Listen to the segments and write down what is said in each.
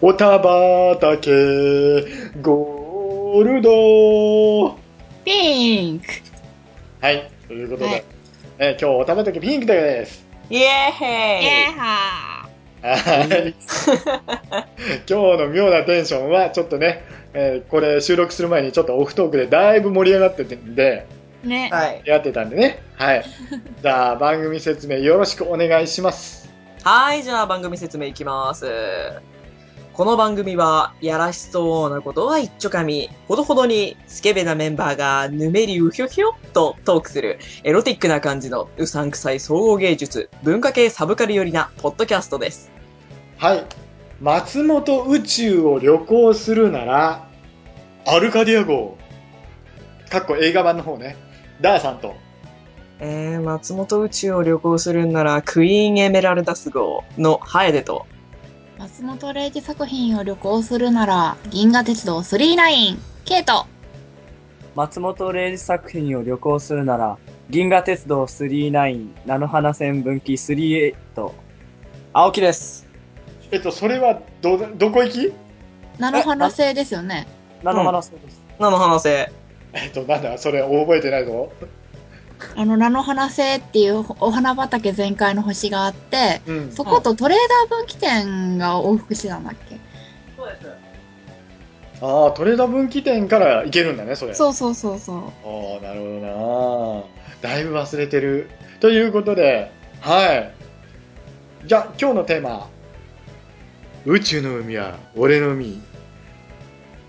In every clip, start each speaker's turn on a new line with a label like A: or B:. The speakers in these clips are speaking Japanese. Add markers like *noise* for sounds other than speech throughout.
A: おたばたけ、ゴールド。
B: ピンク
A: はい、ということで、
B: はい
A: えー今日おたばたけピンクです。
C: イエーイ
B: イエーハ *laughs*
A: はい。今日の妙なテンションは、ちょっとね、えーこれ収録する前にちょっとオフトークでだいぶ盛り上がっててんで、
B: ーね、
C: はい。
A: やってたんでね。
B: *laughs*
A: はい。じゃあ番組説明よろしくお願いします。
C: はい、じゃあ番組説明いきます。この番組は、やらしそうなことは一丁かみ、ほどほどにスケベなメンバーがぬめりうひょひょっとトークする、エロティックな感じのうさんくさい総合芸術、文化系サブカル寄りなポッドキャストです。
A: はい。松本宇宙を旅行するなら、アルカディア号。かっこ映画版の方ね。ダーさんと。
C: えー、松本宇宙を旅行するんなら、クイーンエメラルダス号のハエデと、
B: 松本零士作品を旅行するなら、銀河鉄道39、ケイト。
D: 松本零士作品を旅行するなら、銀河鉄道39、菜の花線分岐38、青木です。
A: えっと、それはど、どこ行き
B: 菜の花製ですよね。
D: 菜の花線です。
C: 菜の花生。
A: えっと、なんだ、それ覚えてないぞ。
B: あの、菜の花製っていうお花畑全開の星があって、
A: うん。
B: そことトレーダー分岐点が往復してたんだっけ、
C: そうです。
A: ああ、トレーダー分岐点から行けるんだね、それ。
B: そうそうそうそ
A: ああ、なるほどな。だいぶ忘れてる。ということで、はい。じゃあ、今日のテーマ。宇宙の海は俺の海。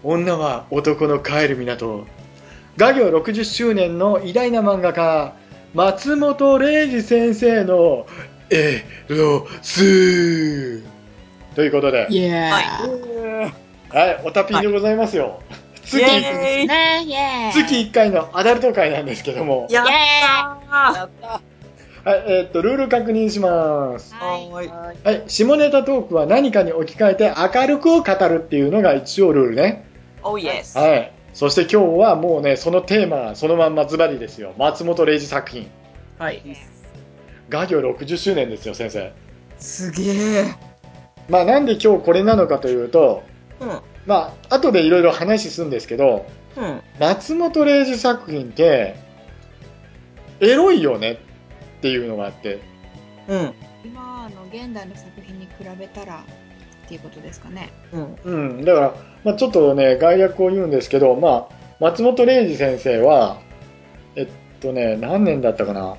A: 女は男の帰る港。画業60周年の偉大な漫画家、松本零士先生のエロス。ということで
B: う。、イエーイ、
C: は
A: はい、おたぴんでございますよ。月、
C: イ
B: ピン
C: エ
B: クですね、イエーイ。
A: 月1回のアダルト会なんですけども。
C: やっ
B: イエ
C: たー
D: やった
A: はい、えーっと、ルール確認します。
B: はい。
C: はーい
A: はい、下ネタトークは何かに置き換えて明るく語るっていうのが一応ルールね。
C: おいです。
A: はい。そして今日はもうね、そのテーマ、そのまんまズバリですよ。松本零士作品。
C: はい。
A: 画業60周年ですよ、先生。
C: すげえ。
A: まあ、なんで今日これなのかというと、
C: うん。
A: まあ、後でいろいろ話するんですけど、
C: うん。
A: 松本零士作品って、エロいよねっていうのがあって、
C: うん。
B: 今の現代の作品に比べたら、っていうことですかね。
C: うん。
A: うん、だから、まあ、ちょっとね概略を言うんですけど、まあ、松本零士先生はえっとね何年だったかな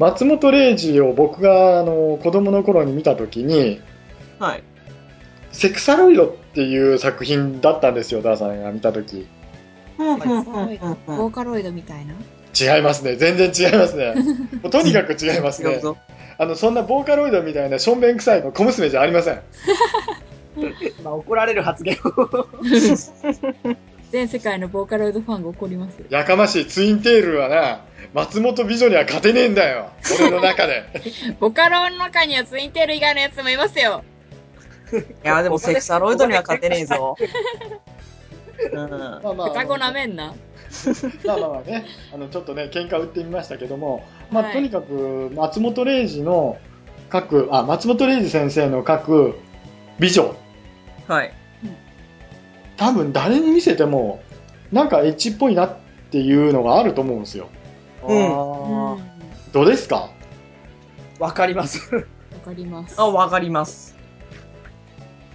A: 松本零士を僕があの子供の頃に見た時に
C: はい。
A: 「セクサロイド」っていう作品だったんですよダーさんが見た時
C: うん。うん。
B: すごいボーカロイドみたいな。
A: 違いますね全然違います *laughs* ねもうとにかく違います
C: 違
A: ね
C: うぞ。
A: あのそんなボーカロイドみたいなしょんべん臭いの小娘じゃありません
D: まあ、怒られる発言を。
B: 全世界のボーカロイドファンが怒ります。
A: やかましいツインテールはな松本美女には勝てねえんだよ俺の中で
B: *laughs* ボカロの中にはツインテール以外のやつもいますよ。
C: いや、でもセクサロイドには勝てねえぞ。うん。
A: まあまあ
B: 双子なめん
A: *laughs*
B: な。
A: まあまあまあね、あのちょっとね、喧嘩売ってみましたけども、まあ、
B: はい
A: とにかく松本零士の書く、あ、松本零士先生の書く美女、
C: はい。
A: 多分誰に見せても、なんかエッチっぽいなっていうのがあると思うんですよ。
D: うん。
B: わ
A: どうですか
D: わかります。
B: かります。
C: あ、わかります。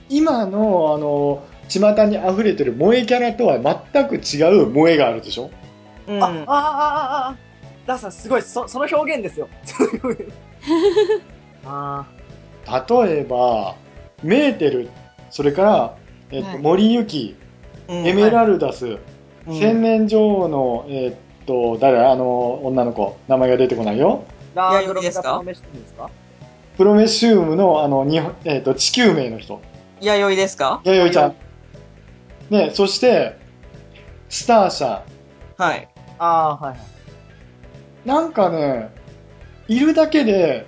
A: 今の、あの、巷に溢れてる萌えキャラとは全く違う萌えがあるでしょ
C: う
D: あ、あ
C: ん。
D: あ、ああ、ダーさん、すごい、そ、その表現です *laughs* よ。あ
A: 例えば、メーテル、それから、えっと
B: はい
A: 森ゆき、
C: うん
A: エメラルダス、洗面所の、えーっと、誰あの、女の子。名前が出てこないよ。
D: あ、
C: いやいいですか
D: 試してるんですか
A: プロメシウムの、あの、日本、えーっと、地球名の人。
C: 弥生ですか
A: 弥生ちゃん。ね、そして、スターシャ。
C: はい。
D: ああー、はいはい。
A: なんかね、いるだけで、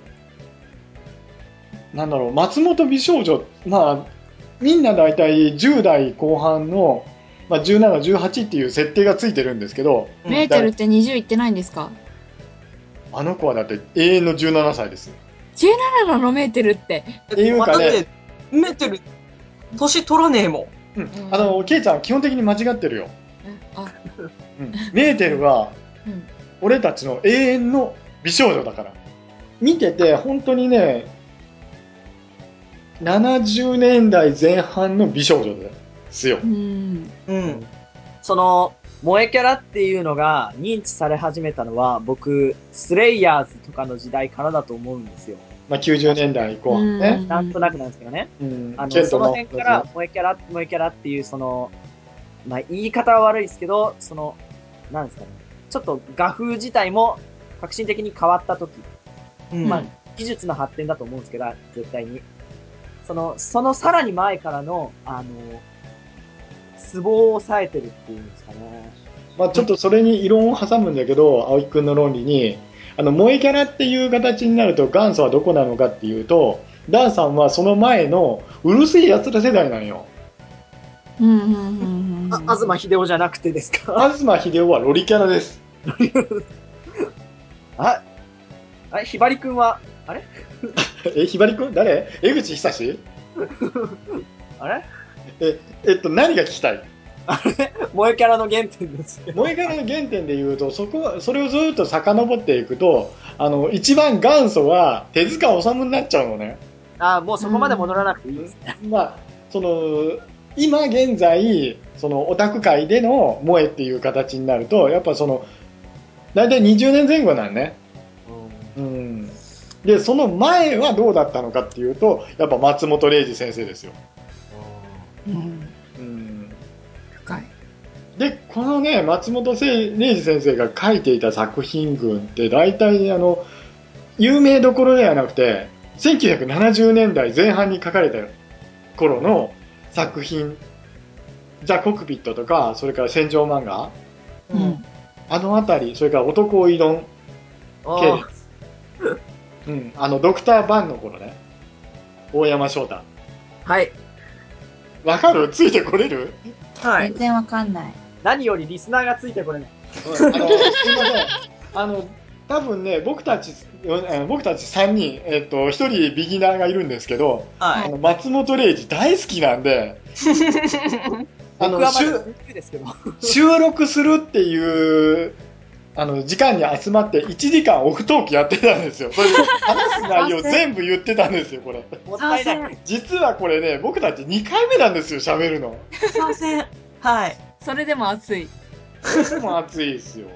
A: なんだろう、松本美少女、まあ、みんな大体10代後半の、まあ、17、18っていう設定がついてるんですけど、
C: うん
B: メーテルって20いってないんですか
A: あの子はだって永遠の17歳です。
B: ?17 なのメーテルって。
A: ていうかね
C: 待ってメーテル、年取らねえも
A: う
C: ん。
A: ん、あのケイちゃん基本的に間違ってるよ、
B: あ、
A: うん、メーテルは
B: うん。
A: 俺たちの永遠の美少女だから見てて本当にね70年代前半の美少女ですよ
B: うん。
C: うん。
D: その、萌えキャラっていうのが認知され始めたのは、僕、スレイヤーズとかの時代からだと思うんですよ。
A: まあ、90年代後半ね、
D: なんとなくなんですけどね。
A: うん
D: あ
A: ケ
D: の、
A: ント
D: その
A: の
D: 辺から、萌えキャラ、萌えキャラっていう、その、まあ、言い方は悪いですけど、その、なんですかね。ちょっと画風自体も革新的に変わった時、
C: うん。
D: まあ、技術の発展だと思うんですけど、絶対に。その、そのさらに前からの、あの、ツボを抑えてるっていうんですかね。
A: まあ、ちょっとそれに異論を挟むんだけど青木君の論理にあの萌えキャラっていう形になると元祖はどこなのかっていうとダンさんはその前のうるせえやつら世代なんよ
B: うんうんうんうん。
D: あ、東秀夫じゃなくてですか
A: 東秀夫はロリキャラです
D: あ、あれ、ひばりくんは、あれ
A: えひばりくん誰江口久志
D: あれ
A: えっと何が聞きたい
D: 萌えキャラの原点ですよ。
A: 萌えキャラの原点で言うとそこはそれをずっと遡っていくとあの一番元祖は手塚治虫になっちゃうのね
D: あもうそこまで戻らなくていいです。
A: まあその今現在そのオタク界での萌えっていう形になるとやっぱその大体20年前後なんね、うん、でその前はどうだったのかっていうとやっぱ松本零士先生ですよ、
B: うん。
A: うん、
B: 深い。
A: でこのね松本せい礼二先生が書いていた作品群って大体あの有名どころではなくて1970年代前半に書かれた頃の作品「ザ・コクピット」とかそれから「戦場漫画
C: うん。うん。」
A: あの辺りそれから「男を異論
D: あ
A: 系列」うん、あのドクター・バンの頃ね大山翔太
D: はい。
A: わかるついてこれる
C: はい
B: 全。然わかんない。
D: 何よりリスナーがついてこれない。
A: うんあのすいません。あの多分ね僕たちうん僕たち3人、えっと1人ビギナーがいるんですけど、
C: は
A: あ
C: い。
A: の松本零士大好きなんであ
D: 僕
A: の
D: はま
A: 収
D: だ19です *laughs* けど。
A: 収録するっていうあの時間に集まって1時間オフトークやってたんですよそれで話す内容全部言ってたんですよこれ
D: もったいない。
A: 実はこれね僕たち2回目なんですよ喋るの
C: すいません。はい。
B: それでも熱い。
A: でも暑いですよ。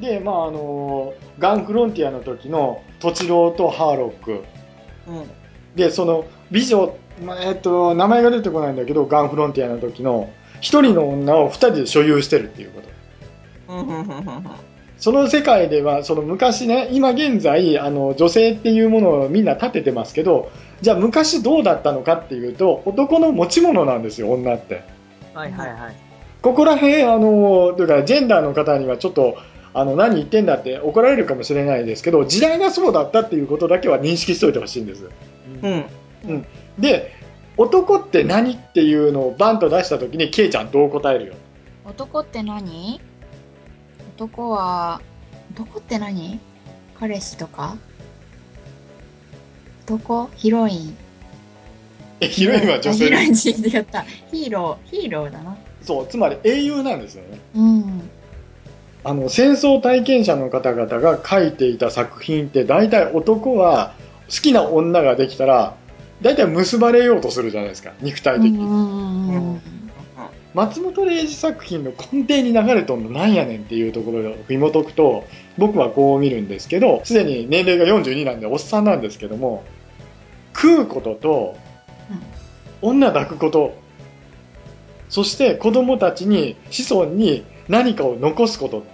A: で、まああのガンフロンティアの時のトチローとハーロック
C: うん。
A: でその美女、まあえっと名前が出てこないんだけどガンフロンティアの時の一人の女を二人で所有してるっていうこと。
C: うんうんうんうん
A: その世界ではその昔ね今現在あの女性っていうものをみんな立ててますけどじゃあ昔どうだったのかっていうと男の持ち物なんですよ女って。
D: はいはいはい。
A: ここら辺、あの、というか、ジェンダーの方にはちょっと、あの、何言ってんだって怒られるかもしれないですけど、時代がそうだったっていうことだけは認識しておいてほしいんです。
C: うん。
A: で、男って何っていうのをバンと出したときに、ケイちゃんどう答えるよ。
B: 男って何男は、男って何彼氏とか男ヒロイン。
A: え、ヒロインは女
B: あヒロイ
A: 性。
B: ン死んでやった。ヒーロー、ヒーローだな。
A: そう、つまり英雄なんですよね。
B: うん。
A: あの、戦争体験者の方々が書いていた作品って、大体男は好きな女ができたら、大体結ばれようとするじゃないですか、肉体的に。
B: うんうんうん
A: 松本零士作品の根底に流れとんのなんやねんっていうところを紐解くと僕はこう見るんですけどすでに年齢が42なんでおっさんなんですけども食うことと女抱くことそして子供たちに子孫に何かを残すこと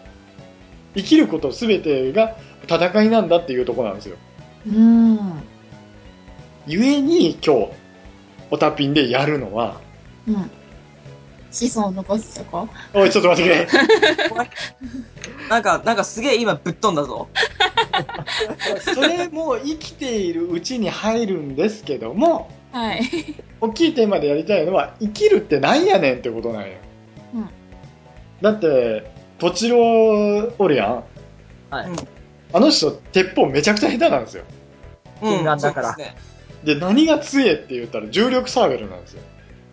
A: 生きること全てが戦いなんだっていうところなんですよ。
B: うん。うん。
A: ゆえに今日オタピンでやるのは
B: うん。子孫を残すとこ
A: おいちょっと待ってくれ
C: なんか、なんかすげえ今ぶっ飛んだぞ。
A: それも生きているうちに入るんですけども
B: はい。
A: 大きいテーマでやりたいのは生きるってなんやねんってことなんや、
B: うん
A: だってとちろおるやん
D: はい
C: うん
A: あの人鉄砲めちゃくちゃ下手なんですよ
C: うん。
D: 禁断だから
C: そうですね
A: で何が強えって言ったら重力サーベルなんですよ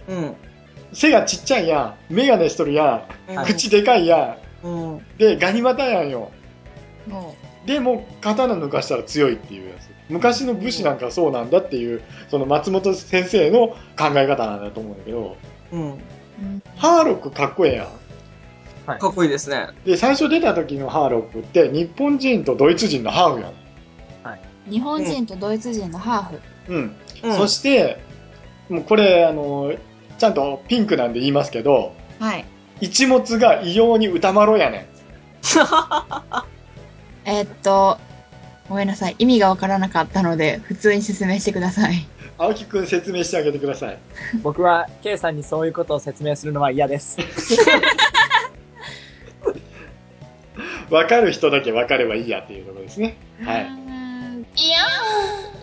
C: うん。
A: 背がちっちゃいやん眼鏡しとるや
C: うん
A: ん口でかいや
C: うん。
A: んでガニ股やんよ
B: も
A: でも刀抜かしたら強いっていうやつ昔の武士なんかそうなんだっていうその松本先生の考え方なんだと思うんだけど
C: うん。
B: う、うん、
A: ハーロックかっこええやん
C: かっこいいですね。
A: で最初出た時のハーロックって日本人とドイツ人のハーフやん
B: 日本人とドイツ人のハーフ、
A: うん、
C: うん。
A: そしてもうこれあのちゃんとピンクなんで言いますけど
B: はい
A: 一物が異様に歌まろやねん
B: えーっとごめんなさい意味がわからなかったので普通に説明してください
A: 青木くん説明してあげてください
D: 僕は、K さんにそういうことを説明するのは嫌です。
A: 分かる人だけ分かればいいやっていうところですねは
B: う
A: い
B: ーんいや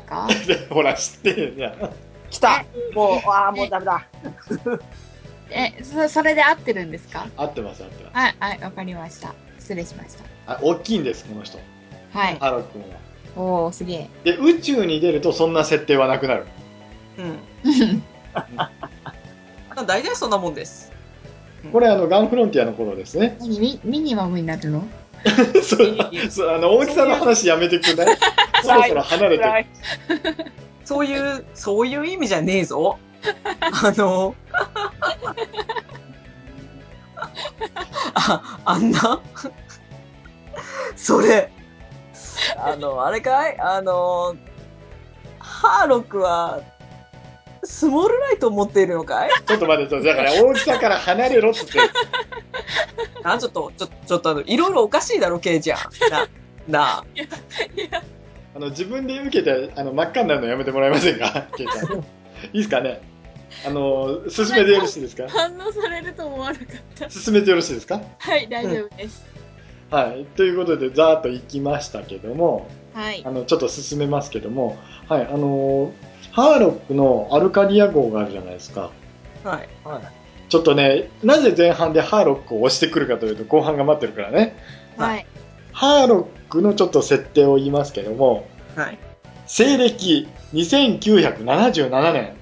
B: ーか
A: *laughs* でほら知ってるじゃん
D: 来たもう、ああ、もうダメだ。
B: えそそれで合ってるんですか
A: 合ってます合ってます
B: はいはいわかりました失礼しました
A: あ大きいんですこの人
B: はい
A: ハーロックくんは
B: おおすげえ
A: で宇宙に出るとそんな設定はなくなる
C: うん。大体そんなもんです。
A: これあのガンフロンティアの頃ですね *laughs*
B: 何ミミニマムになるの
A: そうそうあの大きさの話やめてくれない *laughs* そろそろ離れて
D: 辛い
C: *laughs* そういう、そういう意味じゃねえ *laughs* ぞ。あの、あ、あんな *laughs* それ、あの、あれかいあの、ハーロックは、スモールライトを持っているのかい
A: ちょっと待ってちょっとだから大きさから離れろっつって
C: あ、ちょっと、ちょ、ちょっとあの、いろいろおかしいだろ、ケイちゃん。な、なあ。
A: あの自分で受けてあの真っ赤になるのやめてもらえませんか、 *laughs* ケイさん。いいですかね。あの進めてよろしいですか。
B: *laughs* 反応されると思わなかった
A: 進めてよろしいですか。
B: はい大丈夫です、
A: はい、ということでざーっと行きましたけども、
B: はい
A: あのちょっと進めますけども、はい、あのハーロックのアルカディア号があるじゃないですか。
C: はい。
A: ちょっとね、なぜ前半でハーロックを押してくるかというと後半が待ってるからね。
B: はい
A: ハーロックのちょっと設定を言いますけども、
C: はい。
A: 西暦2977年。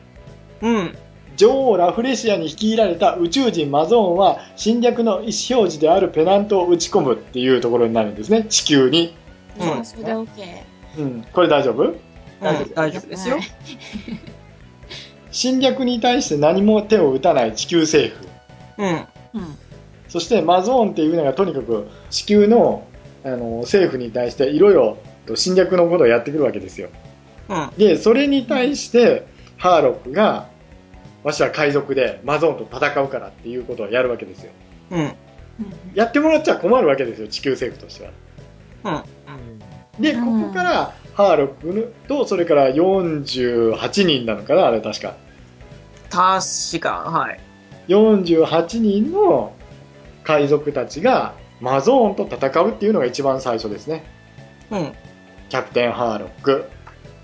C: うん。
A: 女王ラフレシアに率いられた宇宙人マゾーンは侵略の意思表示であるペナントを打ち込むっていうところになるんですね地球に、
C: うん
B: もうそれで OK
A: うん、これ大丈夫
C: 大丈夫大丈夫ですよ。
A: 侵略に対して何も手を打たない地球政府
C: うん。
B: うん
A: そしてマゾーンっていうのがとにかく地球のあの政府に対していろいろと侵略のことをやってくるわけですよ
C: うん。
A: でそれに対してハーロックがわしは海賊でマゾーンと戦うからっていうことをやるわけですよ
C: うん。
B: うん
A: やってもらっちゃ困るわけですよ地球政府としては
C: うん。
A: で、
B: うん
A: ここからハーロックのとそれから48人なのかなあれ確か
C: 確か、はい。
A: 48人の海賊たちがマゾーンと戦うっていうのが一番最初ですね
C: うん。
A: キャプテンハーロック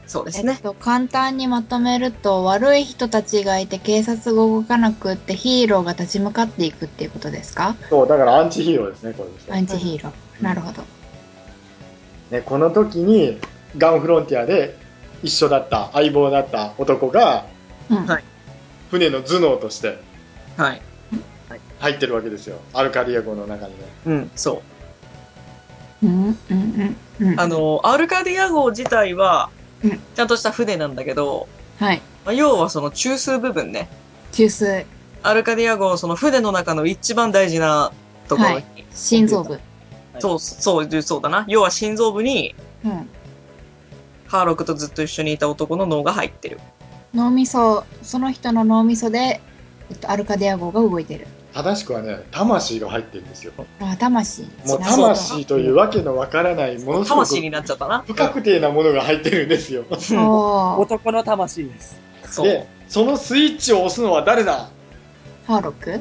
C: そうです
B: えっ
C: ね。
B: と、簡単にまとめると悪い人たちがいて警察が動かなくってヒーローが立ち向かっていくっていうことですか
A: そうだからアンチヒーローですねこれです
B: ア
A: ね
B: ンチヒーロー、
A: うん
B: なるほど
A: ねこの時にガンフロンティアで一緒だった相棒だった男が
B: うん、
C: はい
A: 船の頭脳として
C: はい。
A: 入ってるわけですよアルカディア号の中にね
C: うん、そう。
B: うんうんうんうん
C: あの、アルカディア号自体は
B: うん、
C: ちゃんとした船なんだけど、
B: はい
C: まあ要はその中枢部分ね。
B: 中枢
C: アルカディア号、その船の中の一番大事なところに、
B: は心臓部
D: い
C: そう、そう、そうだな。要は心臓部に、
B: うん
C: ハーロックとずっと一緒にいた男の脳が入ってる。
B: 脳みそその人の脳みそで、えっと、アルカディア号が動いてる
A: 正しくはね魂が入ってるんですよ
B: あ魂
A: もう
B: なるほど
A: 魂というわけのわからないものすごく
C: 魂になっちゃったな。
A: 不確定なものが入ってるんですよ。
B: おー
D: 男の魂です。
C: そう
A: で。、そのスイッチを押すのは誰だ
B: ハーロック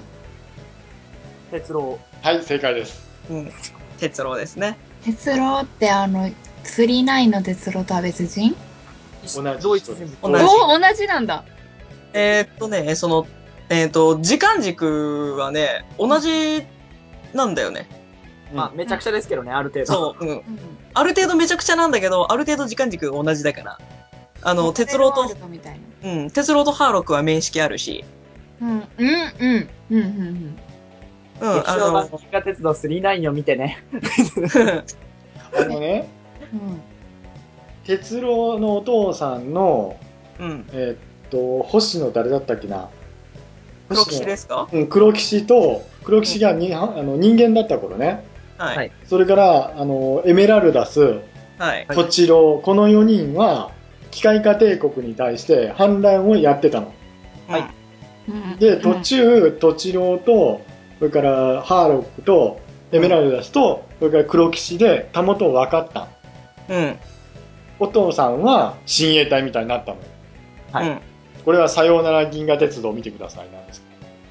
D: 鉄郎。
A: はい、正解です。
C: うん。哲郎ですね。
B: 鉄郎ってあの39の鉄郎とは別人
A: 同じ人
D: 同一人
C: 同じ
D: 物。
B: お同じなんだ
C: えーっとね、その、えーっと、時間軸はね、同じなんだよね。
D: まあ、めちゃくちゃですけどね、ある程度。
C: そう、うん。
B: うん
C: ある程度めちゃくちゃなんだけど、ある程度時間軸同じだから。あの、鉄郎と、
B: みたい
C: うん、鉄郎とハーロックは面識あるし、
B: な。うん、うん、うん、うん、うん。
C: うん、
D: 劇
C: あ
D: 場版
C: の、
D: 銀河鉄道9を見てね。
A: あのね、
B: うん、
A: 哲郎のお父さんの、
C: *laughs* うん、
A: えっと、星野誰だったっけな。
C: 黒騎士
A: で。
C: ですすか
A: うん、黒騎士と、黒騎士がに、あの人間だった頃ね。
C: はい。
D: はい
A: それから、あの、エメラルダス、
C: はい。
A: トチロー、この4人は、機械化帝国に対して反乱をやってたの。
D: はい
C: うん
B: うん。
A: で、途中、トチローと、それからハーロックと、エメラルダスと、それから黒騎士で、たもとを分かった。
C: うん。
A: お父さんは親衛隊みたいになったのよ
D: はい
C: うん
A: これは「さようなら銀河鉄道」を見てくださいなんです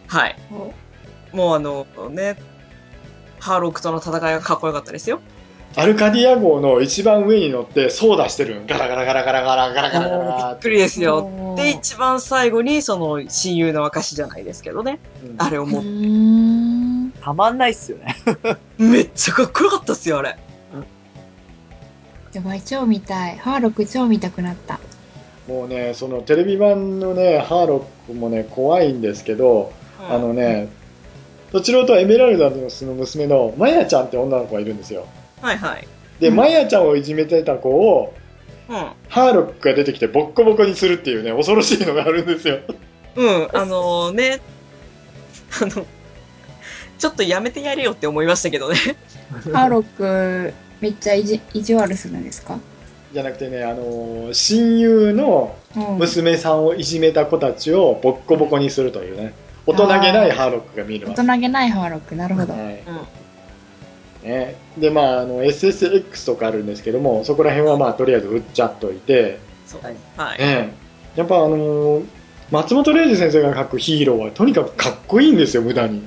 C: はい。
B: お
C: もうあの、ね、ハーロックとの戦いがかっこよかったですよ。
A: アルカディア号の一番上に乗ってソーダしてるのガラガラガラガラガラガラガラガラガラ
C: びっくりですよ。
B: おー
C: で、一番最後に、その、親友の証じゃないですけどね。
A: うん
C: あれを
B: う
C: も
B: ーん。
D: *laughs* たまんないっすよね。
C: う、めっちゃかっこよかったっすよ、あれ。
B: やばい、超見たい。ハーロック超見たく
A: *laughs*
B: なった。
A: もうねそのテレビ版のねハーロックもね怖いんですけど
C: うん
A: あのねどちらとエメラルダのその娘のマヤちゃんって女の子がいるんですよ
C: はいはい。
A: で
B: うん
A: マヤちゃんをいじめてた子を
C: う
A: ハーロックが出てきてボッコボコにするっていうね恐ろしいのがあるんですよ *laughs*
C: ん。うん、あのね、あの、ちょっとやめてやれよって思いましたけどね。
B: ハーロック、めっちゃ意地意地悪するんですか
A: じゃなくてねあの親友の
B: うん。大
A: 娘さんをいじめた子たちをボッコボコにするというね大人げないハーロックが見るわけ、
B: 人げないハーロック、なるほど。
A: はい
C: うん。
A: ね、でまああの SSX とかあるんですけどもそこら辺はまあとりあえず売っちゃっといて、
C: そう
D: はい。
C: はい。
A: ね、やっぱあのー松本零士先生が描くヒーローはとにかくかっこいいんですよ無駄に、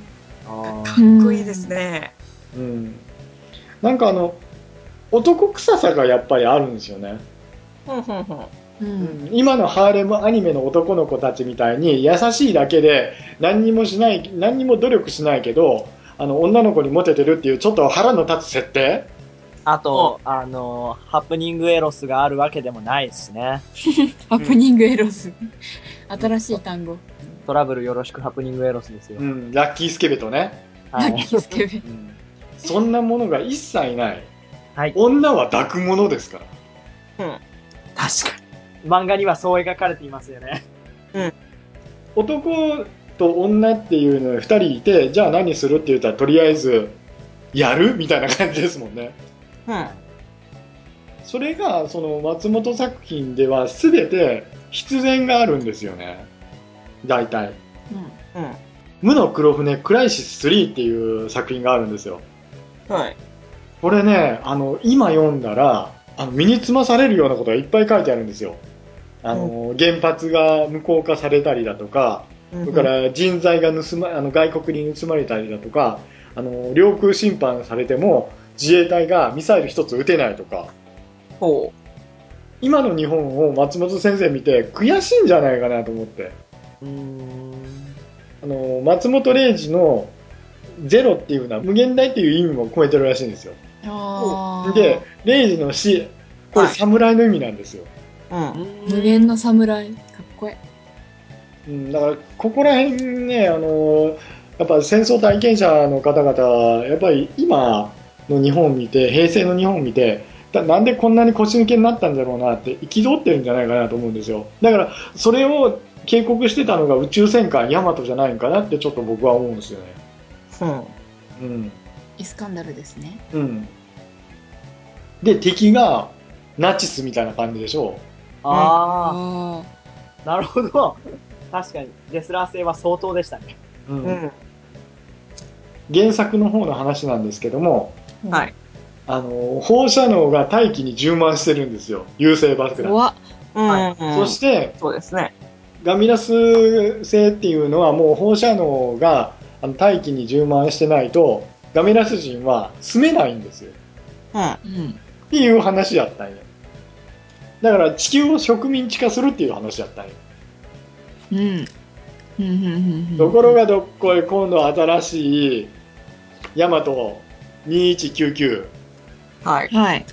C: かっこいいですね。
A: うん、なんかあの男臭さがやっぱりあるんですよね、
C: うん、うん、うん。
B: うん。
A: 今のハーレムアニメの男の子たちみたいに優しいだけで何にもしない何にも努力しないけどあの女の子にモテてるっていうちょっと腹の立つ設定
D: あと、あの、ハプニングエロスがあるわけでもないですね。
B: ハプニングエロス。新しい単語。
D: トラブルよろしくハプニングエロスですよ
A: う。んラッキースケベとね、
B: ラ
D: は
B: ッ
D: い。
B: キースケベ。
A: うんそんなものが一切ない、
D: はい
A: 女は抱くものですから
D: 確かに。漫画にはそう描かれていますよね。
A: 男と女っていうのが2人いてじゃあ何するって言ったらとりあえずやるみたいな感じですもんね
C: うん。
A: それがその松本作品では全て必然があるんですよね大体
B: う
C: うん。
A: 無の黒船クライシス3っていう作品があるんですよ
C: はい。
A: これねあの今読んだらあの身につまされるようなことがいっぱい書いてあるんですよあの、原発が無効化されたりだとか
C: うん
A: それから人材が盗まあの外国に盗まれたりだとかあの領空侵犯されても自衛隊がミサイル一つ撃てないとか
C: ほ
A: 今の日本を松本先生見て悔しいんじゃないかなと思って
D: うーん。
A: あの松本零士の「ゼロ」っていうのは無限大っていう意味も込めてるらしいんですよ
B: あー
A: で零士の死これ
C: はい
A: 侍の意味なんですよ、
C: う。うん。
B: 無限の侍。かっこいい。
A: うん、だからここら辺ねあのやっぱ戦争体験者の方々やっぱり今の日本を見て平成の日本を見てだなんでこんなに腰抜けになったんだろうなって憤ってるんじゃないかなと思うんですよだからそれを警告してたのが宇宙戦艦ヤマトじゃないのかなってちょっと僕は思うんですよね
C: うん。
A: うん
B: イスカンダルですね。
A: うんで敵がナチスみたいな感じでしょ
D: あ
B: あ
D: あ、なるほど。確かに、レスラー性は相当でしたね。
A: う、、
C: うんん。
A: 原作の方の話なんですけども、
B: あ。
C: はい。
A: あの放射能が大気に充満してるんですよ、優勢爆弾。
B: 怖っ。
C: うん。
A: そして、
C: そうですね。
A: ガミラス星っていうのは、もう放射能があの大気に充満してないと、ガミラス人は住めないんですよ。
C: うん。
B: うん。
A: っていう話やったんよ。だから、地球を植民地化するっていう話やったんよ。
B: うん。うんうんうん
A: ところがどっこい、今度新しいヤマト2199、
C: はい。
B: うん。はい。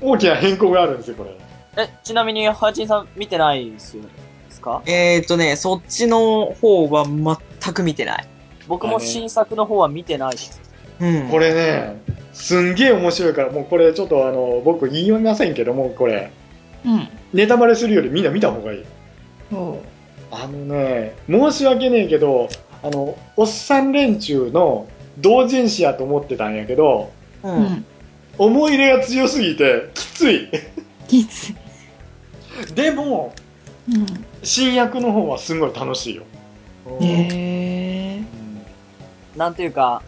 A: 大きな変更があるんですよ、これ。
D: え、ちなみに、ハチンさん見てないですよですか
C: えーっとね、そっちの方は全く見てない。
D: 僕
A: あ
D: も
A: の
D: 新作の方は見てないです。
C: うん。
A: これね、すんげえ面白いから、もうこれちょっとあの、僕言い読みませんけども、これ、
B: うん。
A: ネタバレするよりみんな見た方がいい。
B: そ
A: あのね、申し訳ねえけど、あの、おっさん連中の同人誌やと思ってたんやけど、
C: う
B: う。
C: ん。
B: うん。
A: 思い入れが強すぎて、きつい。
B: きつい。
A: *laughs* でも、
B: う
A: 新役の方はすごい楽しいよ。
B: ん。へえ。
D: なんというか、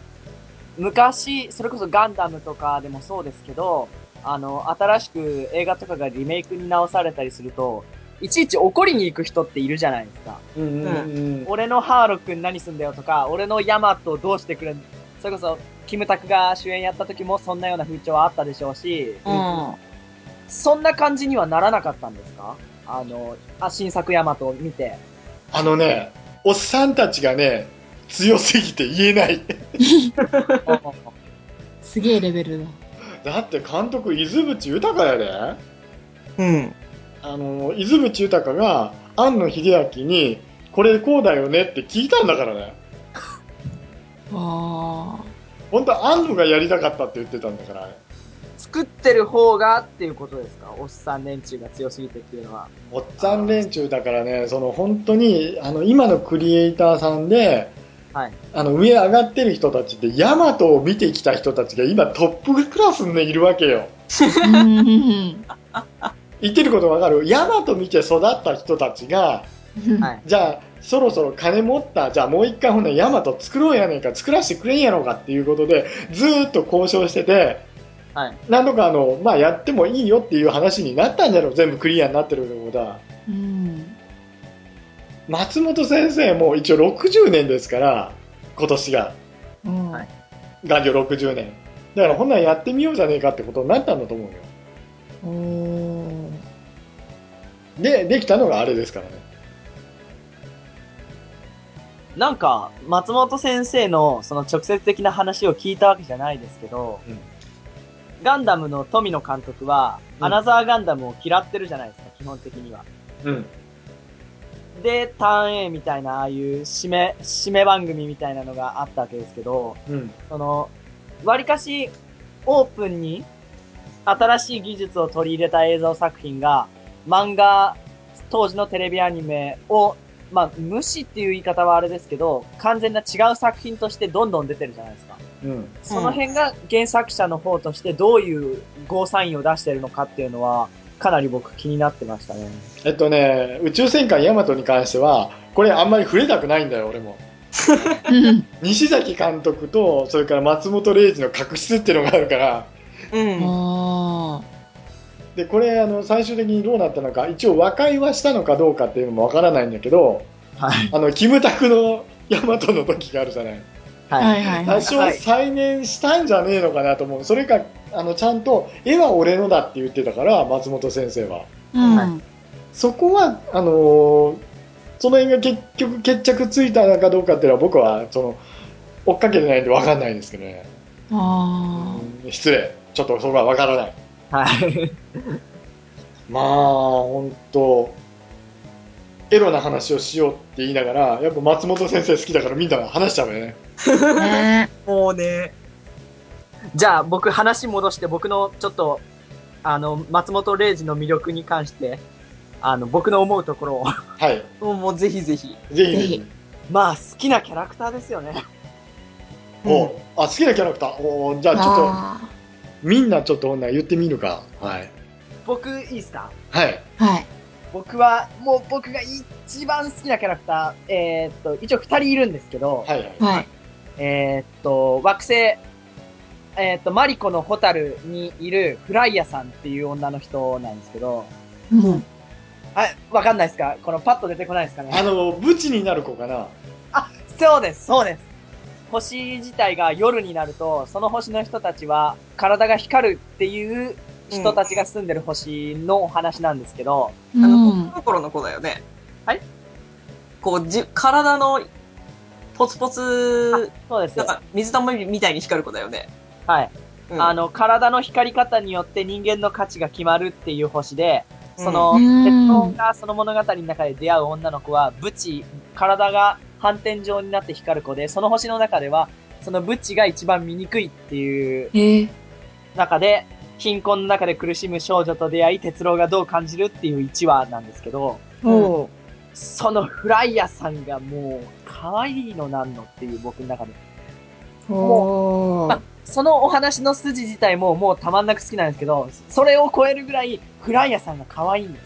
D: 昔、それこそガンダムとかでもそうですけど、あの、新しく映画とかがリメイクに直されたりすると、いちいち怒りに行く人っているじゃないですか。
A: うんうんうん
D: 俺のハーロックに何すんだよとか、俺のヤマトどうしてくれんそれこそ、キムタクが主演やった時もそんなような風潮はあったでしょうし、
C: うん。
D: そんな感じにはならなかったんですかあの、あ、新作ヤマトを見て。
A: あのね、おっさんたちがね、強すぎて言えない。 *laughs*
B: すげえレベルだ。
A: だって監督、伊豆淵豊やで。
C: うん。
A: あの、伊豆淵豊が、庵野秀明に、これこうだよねって聞いたんだからね。
B: あ
A: 本当は庵野がやりたかったって言ってたんだから、あれ
D: 作ってる方がっていうことですかおっさん連中が強すぎてっていうのは。
A: おっさん連中だからね、その本当に、あの、今のクリエイターさんで、
D: はい。
A: あの、上上がってる人たちって、ヤマトを見てきた人たちが今トップクラスにいるわけよ。
B: あ。うんうん
A: 言ってることわかるヤマト見て育った人たちが、
B: うん。
D: はい
A: じゃあ、そろそろ金持った、じゃあもう一回ほんならヤマト作ろうやねんか、作らせてくれんやろうかっていうことで、ずーっと交渉してて、
D: はい。
A: 何度かあの、まあ、やってもいいよっていう話になったんだろう、全部クリアになってるってことは。
B: うん。
A: 松本先生も一応60年ですから、今年が、
B: うん。
D: はい
A: 元女60年。だからほんならやってみようじゃねえかってことになったんだと思うよ。
B: おお。
A: で、できたのがあれですからね。
D: なんか、松本先生のその直接的な話を聞いたわけじゃないですけど、
A: うん
D: ガンダムの富野監督は、
A: うん
D: アナザーガンダムを嫌ってるじゃないですか、基本的には。
A: うん。
D: で、ターン A みたいな、ああいう締め、締め番組みたいなのがあったわけですけど、
A: うん。
D: その、割かし、オープンに、新しい技術を取り入れた映像作品が、漫画、当時のテレビアニメを、まあ、無視っていう言い方はあれですけど、完全な違う作品としてどんどん出てるじゃないですか。
A: うん。
D: その辺が原作者の方としてどういうゴーサインを出してるのかっていうのは、かなり僕気になってましたね。
A: えっとね、宇宙戦艦ヤマトに関しては、これあんまり触れたくないんだよ、俺も。
B: うん。
A: 西崎監督と、それから松本零士の確執っていうのがあるから、
C: うん。
B: あ
A: でこれあの最終的にどうなったのか一応和解はしたのかどうかっていうのもわからないんだけど
D: はい。
A: あのキムタクの大和の時があるじゃない
B: あ。
D: は。
B: はいいはいは
A: 多
B: い。
A: 少再燃したんじゃねえのかなと思うそれかあのちゃんと絵は俺のだって言ってたから松本先生は
B: うん。
A: そこはあのーその辺が結局決着ついたのかどうかっていうのは僕はその追っかけてないんでわかんないんですけどね
B: あ
A: うん失礼ちょっとそこはわからない
D: はい。
A: まあ本当エロな話をしようって言いながらやっぱ松本先生好きだからみんな話しちゃうよね
B: あ。ね
C: もうね。
D: じゃあ僕話戻して僕のちょっと、あの、松本零士の魅力に関して、あの、僕の思うところを。
A: はい
C: もうもうぜひぜひ。
A: ぜひぜ
B: ぜ
A: ひ
B: ひ
D: *laughs* まあ好きなキャラクターですよね。
A: おうあ好きなキャラクターおうじゃあちょっ
B: あ
A: とみんなちょっと女言ってみるかはい
D: *laughs* 僕いいですか
A: はい
B: あ。はい。
D: 僕は、もう僕が一番好きなキャラクター、えー、っと、一応二人いるんですけど、
A: はいはい
B: はい。
D: えー、っと、惑星、えー、っと、マリコのホタルにいるフライヤさんっていう女の人なんですけど、
B: うん。
D: はい、わかんないですかこのパッと出てこないですかね
A: あのブチになる子かな
D: あ、そうです、そうです。星自体が夜になると、その星の人たちは体が光るっていう人たちが住んでる星のお話なんですけど、
B: う
C: あの、
B: ん
C: 子。心の子だよね。
D: はい
C: こう、じ、体の、ポツポツ、
D: そうです
C: なん。か、水玉みたいに光る子だよね。
D: はい。
C: うん
D: あ、の、体の光り方によって人間の価値が決まるっていう星で、その、
B: うん
D: 鉄道がその物語の中で出会う女の子は、ブチ、体が反転状になって光る子で、その星の中では、そのブチが一番醜いっていう
B: ええ
D: 中で、貧困の中で苦しむ少女と出会い、鉄郎がどう感じるっていう1話なんですけど、
B: おう
D: そのフライヤーさんがもう、可愛いのなんのっていう僕の中で。
B: お
D: まあ
B: う
D: そのお話の筋自体ももうたまんなく好きなんですけど、それを超えるぐらい、フライヤーさんが可愛いんです。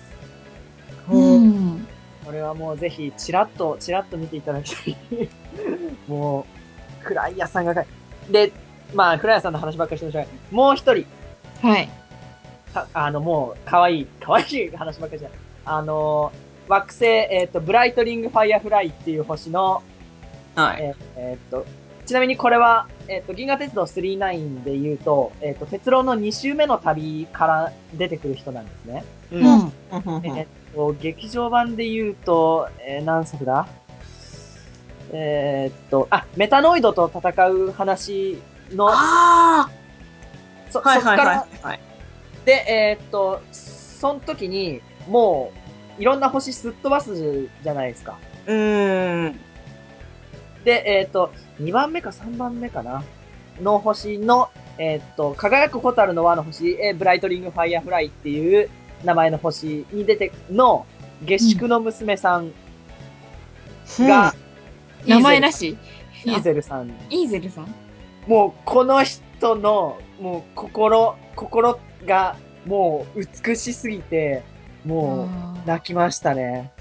B: うん
D: これはもうぜひ、チラッと、チラッと見ていただきたい。もう、フライヤーさんがかい。で、まあ、フライヤーさんの話ばっかりしてましたがもう一人、
B: はい
D: たあの、もう、可愛い、可愛い話ばっかりじゃない。あの、惑星、えっ、と、ブライトリングファイアフライっていう星の、
C: はい。
D: えっ、と、ちなみにこれは、えっ、と、銀河鉄道39で言うと、えっ、と、鉄郎の2周目の旅から出てくる人なんですね。
A: う
B: うんん
D: えっと、劇場版で言うと、えー何作だえーっと、あ、メタノイドと戦う話の、
C: あ
D: そ、
C: あはいはい
D: そっか
C: は
D: ら
C: い。はい
D: で、えーっと、その時に、もう、いろんな星すっ飛ばすじゃないですか。
C: うーん。
D: で、えーっと、2番目か3番目かなの星の、えーっと、輝く蛍の輪の星、えーブライトリングファイアフライっていう名前の星に出て、の、下宿の娘さんが、
B: 名前なし
D: イーゼルさん。
B: イーゼルさん
D: もうこの人の、もう心、心がもう美しすぎて、もう泣きましたね。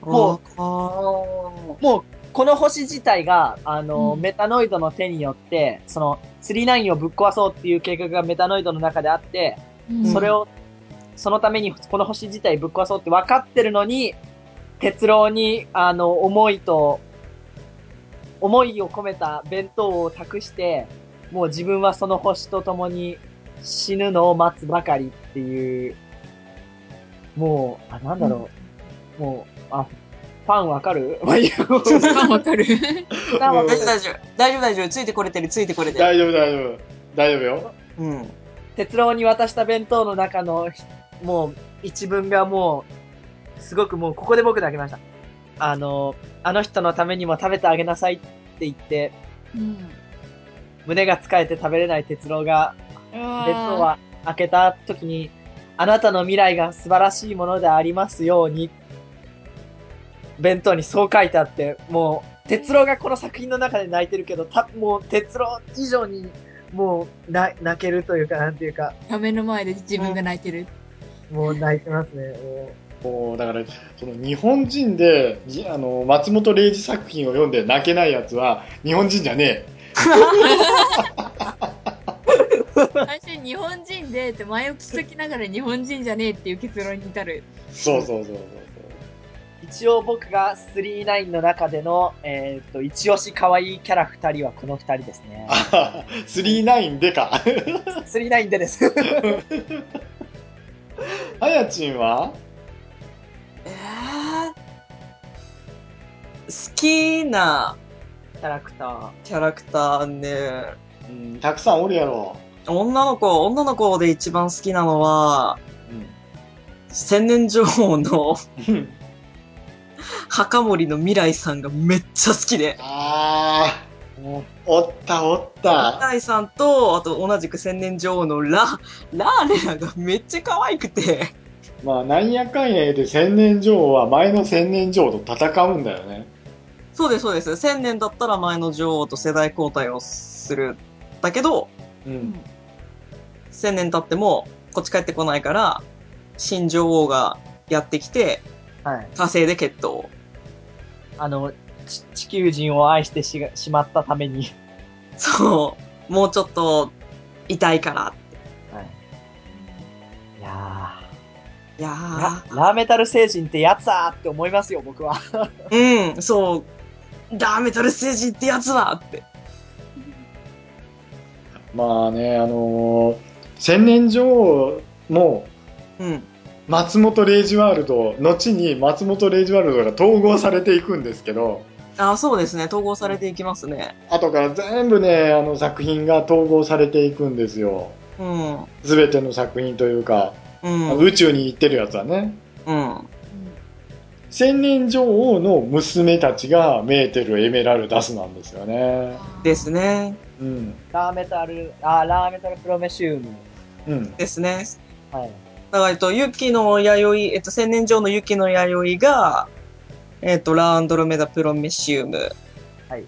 D: もう
C: う、
D: もうこの星自体が、あの、
B: うん
D: メタノイドの手によって、その、39をぶっ壊そうっていう計画がメタノイドの中であって、
B: うん
D: それを、そのためにこの星自体ぶっ壊そうって分かってるのに、鉄郎に、あの、思いと、思いを込めた弁当を託して、もう自分はその星と共に死ぬのを待つばかりっていう、もう、あ、なんだろう、もう、あ、ファンわかる *laughs* まあいいよフ
B: *laughs* わかる
D: ァンわか
C: 大丈夫
D: る
C: 大丈夫。大丈夫大丈夫。ついてこれてる、ついてこれてる。
A: 大丈夫大丈夫大丈夫よ
C: うん。
D: 鉄郎に渡した弁当の中の、もう、一文がもう、すごくもう、ここで僕泣きました。あの、あの人のためにも食べてあげなさいって言って、
B: うん
D: 胸が疲れて食べれない鉄郎が、
B: う
D: 弁
B: わー
D: 当は開けた時に、あなたの未来が素晴らしいものでありますように、弁当にそう書いてあって、もう、鉄郎がこの作品の中で泣いてるけど、た、もう、鉄郎以上に、もう、な、泣けるというか、なんていうか、
B: 画面の前で自分が泣いてる
D: もう泣いてますね、もう。
A: もうだからその日本人でじあの松本零士作品を読んで泣けないやつは日本人じゃね
B: 最初に日本人でって前置きしときながら日本人じゃねえっていう結論に至る
A: えそうそうそうそう
D: 一応僕が39の中での、えーっと、一押し可愛いキャラ二人はこの二人ですね。
A: そう39でか *laughs*
D: 39
C: *laughs*
D: でです。
A: あやちんは
C: えー好きな
D: キャラクター。
C: キャラクターね。
A: うんたくさんおるやろ
C: 女の子、女の子で一番好きなのは、千年女王の *laughs*
A: うん
C: 墓守の未来さんがめっちゃ好きで。
A: *laughs* あーおったおった
C: 未来さんと、あと同じく千年女王のラ、ラーレナがめっちゃ可愛くて。
A: まあなんやかんや言うて千年女王は前の千年女王と戦うんだよね
C: そうです、そうです。千年だったら前の女王と世代交代をする。だけど、
A: うん
C: 千年経っても、こっち帰ってこないから、新女王がやってきて、
D: はい。
C: 火星で決闘。
D: あの、ち地球人を愛してしがしまったために。
C: そう。もうちょっと、痛いから。
D: いや
C: いや
D: ー
C: ー
D: ラ。ラーメタル星人ってやつだって思いますよ、僕は。
C: うん、そう。ダーメタル星人ってやつだって。
A: まあねあのー千年女王も
C: うん。
A: 松本レイジワールド後に松本レイジワールドが統合されていくんですけど
C: あそうですね。統合されていきますね。
A: 後から全部ねあの作品が統合されていくんですよ
C: うん。
A: 全ての作品というか
C: うん。
A: 宇宙に行ってるやつはね
C: うん。
A: 千年女王の娘たちがメーテルエメラルダスなんですよね
C: ですね。
A: うん
D: ラーメタル、あ、ラーメタルプロメシウム。
A: うん
C: ですね。
D: はい。
C: だから、えっと、ユキの弥生、えっと、千年上のユキの弥生が、えっと、ラアンドロメダ・プロメシウム。
D: はい。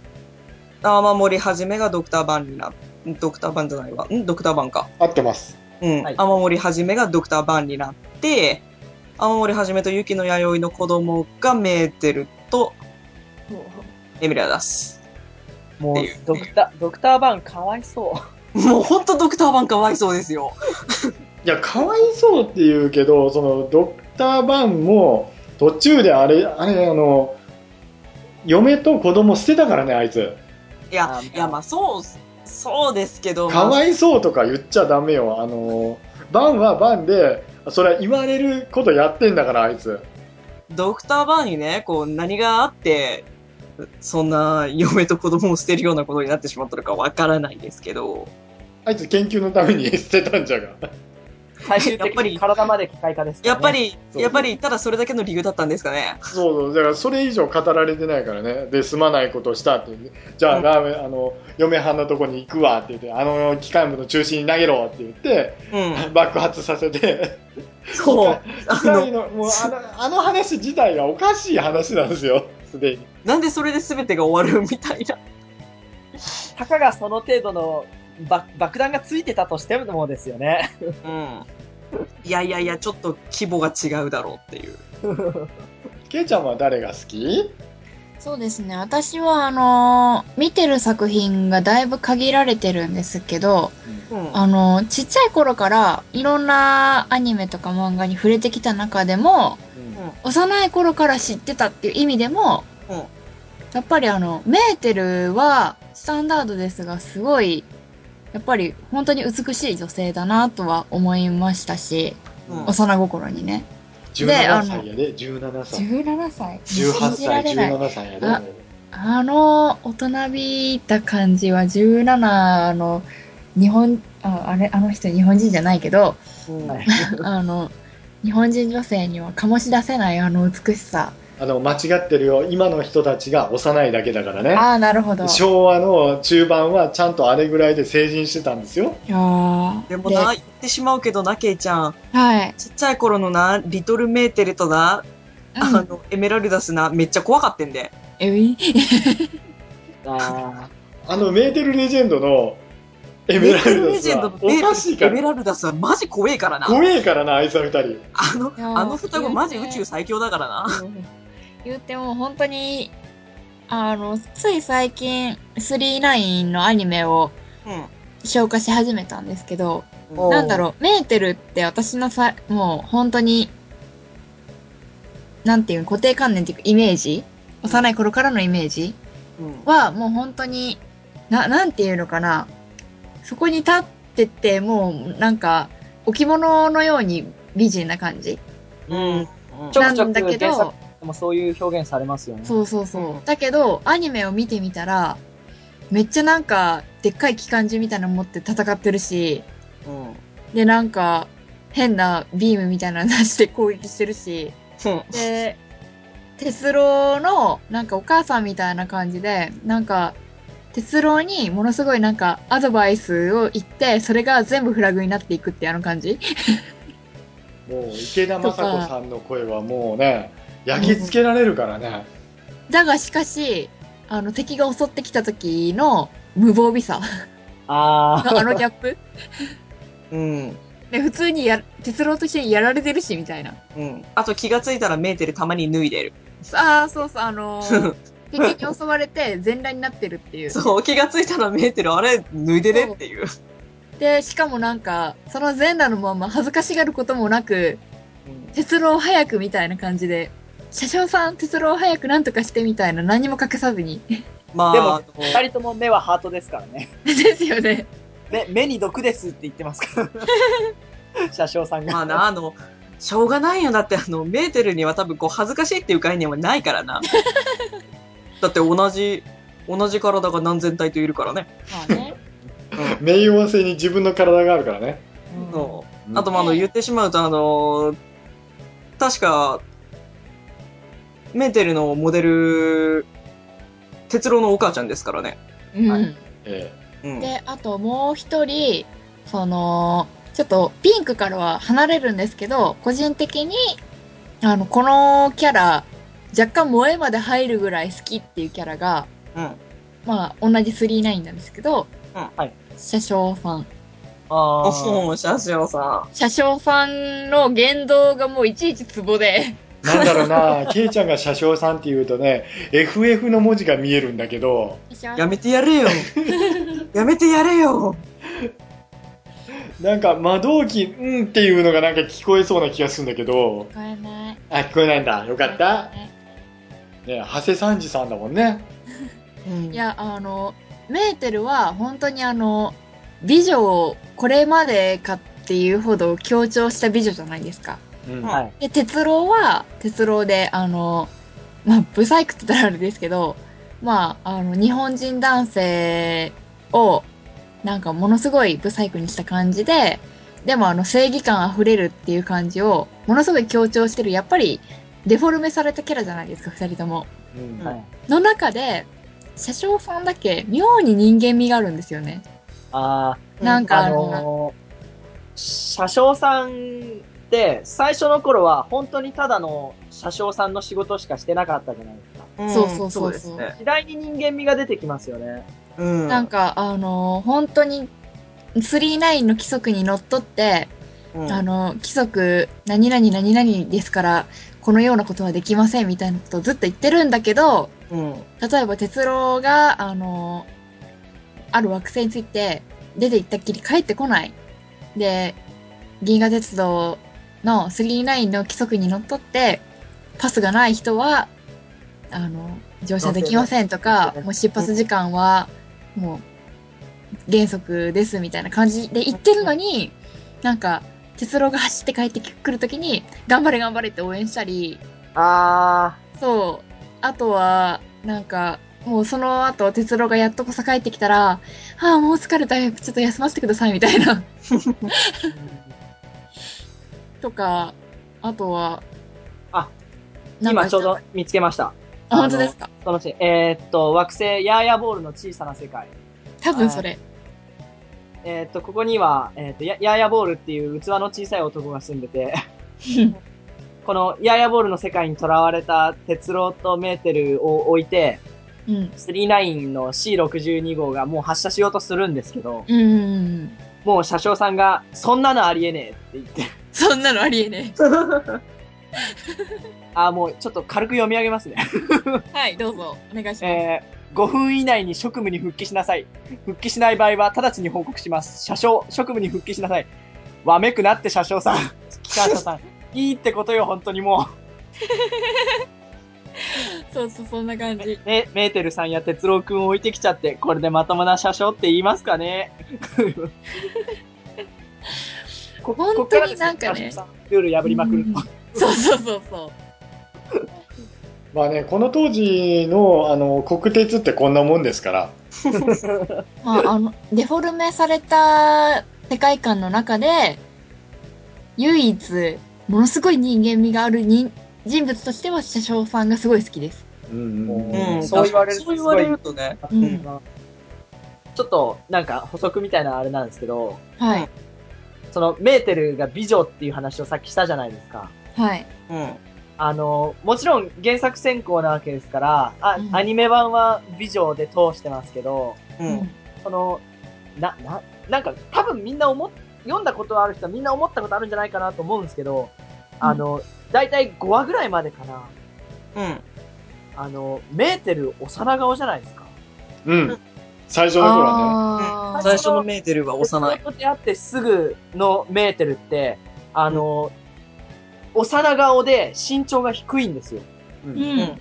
C: アーマモリはじめがドクター・バンにな、んドクター・バンじゃないわ。んドクター・バンか。
A: 合ってます
C: うん。
D: はい
C: 雨漏りはじめがドクター・バンになって、雨漏りはじめと雪の弥生の子供がメーテルとエミラダス。
D: も
C: っていう
D: う、ドクター、ドクターバンかわい
C: *laughs*
D: そう。
C: もうほんとドクター・バンかわいそうですよ。
A: いやかわいそうって言うけどそのドクター・バンも途中であれあれあの嫁と子供捨てたからねあいつ
C: いや、
D: あー
C: いや、まあそう、そうですけど。
A: か
C: まあ
A: わいそうとか言っちゃダメよあのバンはバンでそれは言われることやってんだからあいつ
C: ドクター・バーンにね、こう、何があって、そんな嫁と子供を捨てるようなことになってしまったのかわからないですけど、
A: あいつ研究のために捨てたんじゃが
D: 最終
C: やっ
D: 的
C: ぱ
D: に
C: り
D: 体まで機械化ですから
C: や
D: ね
C: っぱ。り、
A: そう
C: やっぱり、ただそれだけの理由だったんですかね。
A: そうそうだからそれ以上語られてないからねで済まないことをしたっていうねじゃあ,、
C: うん
A: ラーメンあの嫁はんのとこに行くわって言ってあの機関部の中心に投げろって言って *laughs*
C: うん。
A: 爆発させて
C: そう。あ
A: 二
C: の
A: 人、のもうあのあの話自体がおかしい話なんですよすでに
C: なんでそれで全てが終わるみたいな。
D: たかがその程度の爆爆弾がついてたとしてもですよね。
C: うん。いやいやいや、ちょっと規模が違うだろうっていう。
A: ケイちゃんは誰が好き
B: そうですね。私は、あのー見てる作品がだいぶ限られてるんですけど、
C: うん。
B: あのーちっちゃい頃からいろんなアニメとか漫画に触れてきた中でも、幼い頃から知ってたっていう意味でも、
C: うん
B: やっぱりあの、メーテルはスタンダードですが、すごい、やっぱり本当に美しい女性だなとは思いましたし、
C: うん
B: 幼心にね。で
A: 17
B: あの
A: 歳やで17歳
B: 17歳
A: 18
B: 信じら
A: 歳
B: れない。
A: 17歳や
B: あ
A: で
B: あの、大人びた感じは17の、日本、ああれ、あの人日本人じゃないけど、
D: はい
B: あの、日本人女性には醸し出せないあの美しさ。
A: あの間違ってるよ今の人たちが幼いだけだからね
B: ああ、なるほど。い
A: 昭和の中盤はちゃんとあれぐらいで成人してたんですよ
B: やー
C: でもな、言ってしまうけどな、ケイちゃん。
B: はい。
C: ちっちゃい頃のな、リトルメーテルとな、あ
B: うん
C: の、エメラルダスな、めっちゃ怖かってんで。
B: えい
D: あ
A: あのメーテルレジェンドのエメラルダスはおかしいか
C: エメ
A: ら
C: ラルダスはマジ怖えからな。
A: 怖えからなあいつは二人
C: あの、
B: いやー
C: あの双子マジ
B: 強い
C: 宇
B: ね
C: 宙最強だからな。
B: *laughs* 言うても本当に、あの、つい最近、39のアニメを
C: うん。
B: 消化し始めたんですけど、
D: おう
B: なんだろう、メーテルって私のさ、もう本当に、なんていうの固定観念っていうかイメージ幼い頃からのイメージ
C: うん
B: は、もう本当に、な、なんていうのかな。そこに立ってて、もうなんか、置物のように美人な感じ。
C: うん。
D: ちょくちょ
B: なん
D: く
B: だけ
D: 原
B: ど
D: 作、でもそういう表現されますよね。
B: そうそうそう。
C: うん
B: だけど、アニメを見てみたら、めっちゃなんか、でっかい機関銃みたいなの持って戦ってるし、
C: うん。うん
B: で、なんか、変なビームみたいなの出して攻撃してるし、で、鉄郎の、なんかお母さんみたいな感じで、なんか、鉄郎にものすごいなんかアドバイスを言って、それが全部フラグになっていくってあの感じ
A: もう池田雅子さんの声はもうね焼き付けられるからね、
B: だがしかし、あの敵が襲ってきた時の無防備さ、
D: あ
B: あのギャップ
C: うん。
B: で普通にや鉄郎としてやられてるしみたいな
C: うん。あと気がついたらメーテルたまに脱いでる。
B: ああそうそうあの *laughs* ー敵に襲われて全裸になってるっていう
C: そう、気がついたらメーテルあれ脱いでねっていう。
B: でしかもなんかその全裸のまま恥ずかしがることもなく
C: うん
B: 鉄郎早くみたいな感じで車掌さん鉄郎早くなんとかしてみたいな何も隠さずに *laughs*
C: ま
D: あ。でも、
C: あ、あ
D: 二人とも目はハートですからね。 *laughs*
B: ですよね
D: 目、目に毒ですって言ってます
B: *laughs*
D: から。車掌さん
C: の
D: が。
C: まあな、あの、しょうがないよ。だってあの、メーテルには多分こう、恥ずかしいっていう概念はないか
B: *laughs*
C: らな。だって同じ、同じ体が何千体といるからね。
B: まあね
A: 名誉性に自分の体があるからね、
C: そう。
A: うん
C: あと、まあ、あの、
B: うん
C: 言ってしまうと、あの、確か、メーテルのモデル、哲郎のお母ちゃんですからね。
B: うん
D: はい
A: え
C: うん。
B: であともう一人そのちょっとピンクからは離れるんですけど個人的にあのこのキャラ若干萌えまで入るぐらい好きっていうキャラが
C: うん。
B: まあ同じ39なんですけど、
C: うん
D: はい
B: 車掌さん
D: あ
C: お
D: ー
C: ー、社長さ
B: 車掌さんの言動がもういちいちツボで
A: えなんだろう
C: *laughs*
A: な、ケイちゃんが車掌さんっていうとね、FF の文字が見えるんだけど、
C: ん、やめてやれ
B: *laughs*
C: よやめてやれよ
A: なんか魔導機、うんっていうのがなんか聞こえそうな気がするんだけど、
B: 聞こえない
A: あ、聞こえないんだ。よかった。
B: ね
A: ね、長谷三次さんだもんね。
C: うん
B: いやあのメーテルは本当にあの美女をこれまでかっていうほど強調した美女じゃないですか
A: うん。
C: はい
D: は
B: で
D: い。
B: 哲郎は哲郎であのまあブサイクって言ったらあれですけどまああの日本人男性をなんかものすごいブサイクにした感じででもあの正義感あふれるっていう感じをものすごい強調してるやっぱりデフォルメされたキャラじゃないですか2人とも
A: うん
D: はい。
B: の中で車掌さんだけ妙に人間味があるんですよね
D: あ
B: なん
D: あ、
B: か
D: あ
B: あの、
D: のー車掌さんって、最初の頃は本当にただの車掌さんの仕事しかしてなかったじゃないですか。
C: うん
B: そうそうそうそう
C: ですね。
D: 次第に人間味が出てきますよね。
C: うん。
B: なんかあの本当に39の規則にのっとって
C: うん、
B: あの、規則、何々何々ですから、このようなことはできませんみたいなことをずっと言ってるんだけど、
C: うん。
B: 例えば哲郎が、あの、ある惑星について出て行ったっきり帰ってこない。で、銀河鉄道の39の規則にのっとって、パスがない人は、あの、乗車できませんとか、もう出発時間は、もう、原則ですみたいな感じで言ってるのに、なんか、哲郎が走って帰ってくるときに、頑張れ頑張れって応援したり、
D: あ
B: そう。あとは、なんか、もうその後、哲郎がやっとこさ帰ってきたら、ああ、もう疲れた。ちょっと休ませてください、みたいな。 *laughs*
D: ー、
B: とか、あとは、
D: あ、
B: なんか
D: 今ちょうど、見つけました。
B: あ、本当ですか
D: そのシーン。えーっと、惑星、ヤーヤボールの小さな世界。
B: 多分それ。
D: えーっと、ここには、えーっと、ヤヤーヤボールっていう器の小さい男が住んでて、このヤーヤボールの世界に囚われた哲郎とメーテルを置いて、
B: *laughs* うん。
D: 39の C62 号がもう発射しようとするんですけど、
B: うんうんうん。
D: もう車掌さんが、そんなのありえねえって言って、
B: そんなのありえね
D: あー、もうちょっと軽く読み上げますね。
B: え。はい、どうぞ、お願いします。
D: えー、5分以内に職務に復帰しなさい。復帰しない場合は直ちに報告します。車掌、職務に復帰しなさい。わめくなって車 *laughs* 掌さん、機関車さん。いいってことよ、本当にも
B: そうそう、そんな感じ。
D: う。ね、メーテルさんや哲郎くんを置いてきちゃって、これでまともな車掌って言いますか *laughs* ね。こ
B: 本当に
D: こっらです
B: なんかね
D: 車掌さんルール破りまくる
B: うん。そうそうそうそう。
A: まあね、この当時の、あの、国鉄ってこんなもんですから。
B: まあ、あの、デフォルメされた世界観の中で、唯一、ものすごい人間味がある人人物としては、車掌さんがすごい好きです。
A: うんうん
D: う
A: うんん。
D: そう言われると
C: そう言われるとね。
B: うん
D: ちょっと、なんか補足みたいなあれなんですけど、
B: はい。
D: その、メーテルが美女っていう話をさっきしたじゃないですか。
B: はい。
C: うん。
D: あの、もちろん原作選考なわけですから、あ、
B: うん
D: アニメ版は美女で通してますけど、
C: う。
B: うんん。
D: その、な、な、なんか多分みんな思っ、読んだことある人はみんな思ったことあるんじゃないかなと思うんですけど、あの、だいたい5話ぐらいまでかな。
C: うん。
D: あの、メーテル幼顔じゃないですか。
A: うん。最初の頃はね。
B: あー
C: 最初のメーテルは幼い。
D: 哲郎と出会ってすぐのメーテルって、あの、幼顔で身長が低いんですよ。
A: う
B: うんん。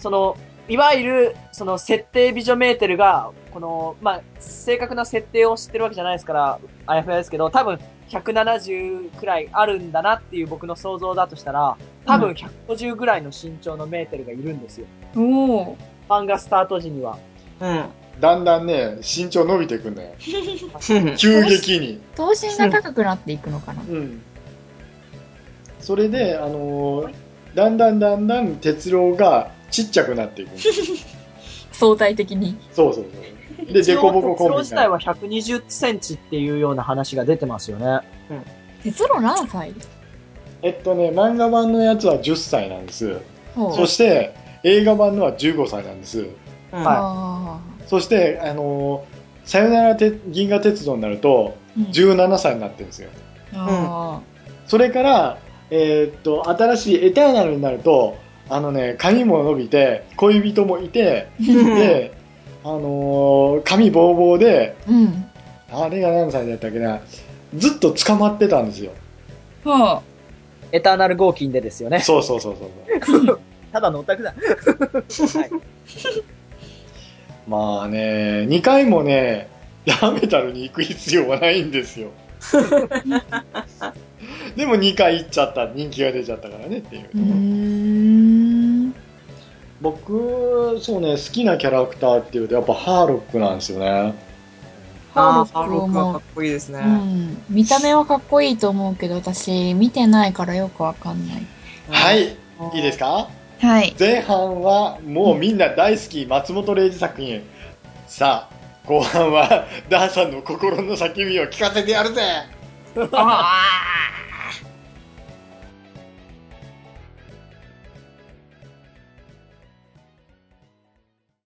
D: その、いわゆる、その設定美女メーテルが、この、まあ、正確な設定を知ってるわけじゃないですから、あやふやですけど、多分170くらいあるんだなっていう僕の想像だとしたら、多分150ぐらいの身長のメーテルがいるんですよ。
B: おー
D: 漫画スタート時には。
C: うん。
A: だんだんね、身長伸びていくんだよ。急激に。
B: 等身が高くなっていくのかな。
A: うん。それで、あのーだんだんだんだん鉄郎がちっちゃくなっていくんだよ
B: 相対的に。
A: そうそうそう。で、デコボココンビに
D: 自
A: な
D: 体
A: る。
D: は120センチっていうような話が出てますよね。
B: 鉄郎何歳
A: えっとね、漫画版のやつは10歳なんです。
B: ほう
A: そして、映画版のは15歳なんです。
D: はい
B: あ
A: そして、あのーさよならて銀河鉄道になると、
B: ーうん
A: 17歳になってるんですよ。
B: あ
A: それから、えーっと、新しいエターナルになると、あのね、髪も伸びて、恋人もいて、で、あのー髪ボーボーで、
B: ー。うん。
A: あれが何歳だったっけな、ずっと捕まってたんですよ。
B: は
D: エターナル合金でですよね。
A: そうそうそうそうそう。
D: ただのオタクだ。はい
A: まあね、2回もね、ラメタルに行く必要はないんです *laughs* よ。でも2回行っちゃった、人気が出ちゃったからねっていう。
B: うーん。
A: 僕、そうね、好きなキャラクターっていうと、やっぱハーロックなんですよね。
C: あ
B: ハ
C: あ、ハ
B: ー
C: ー
B: ロ
C: ロ
B: ッ
C: ッ
B: ク
C: ク
B: も
C: はかっこいいですね。。
B: うん、見た目はかっこいいと思うけど私見てないからよくわかんない
A: はいい、いいですか
B: はい
A: 前半はもうみんな大好き松本零士作品さあ後半はダーさんの心の叫びを聞かせてやるぜ
B: あ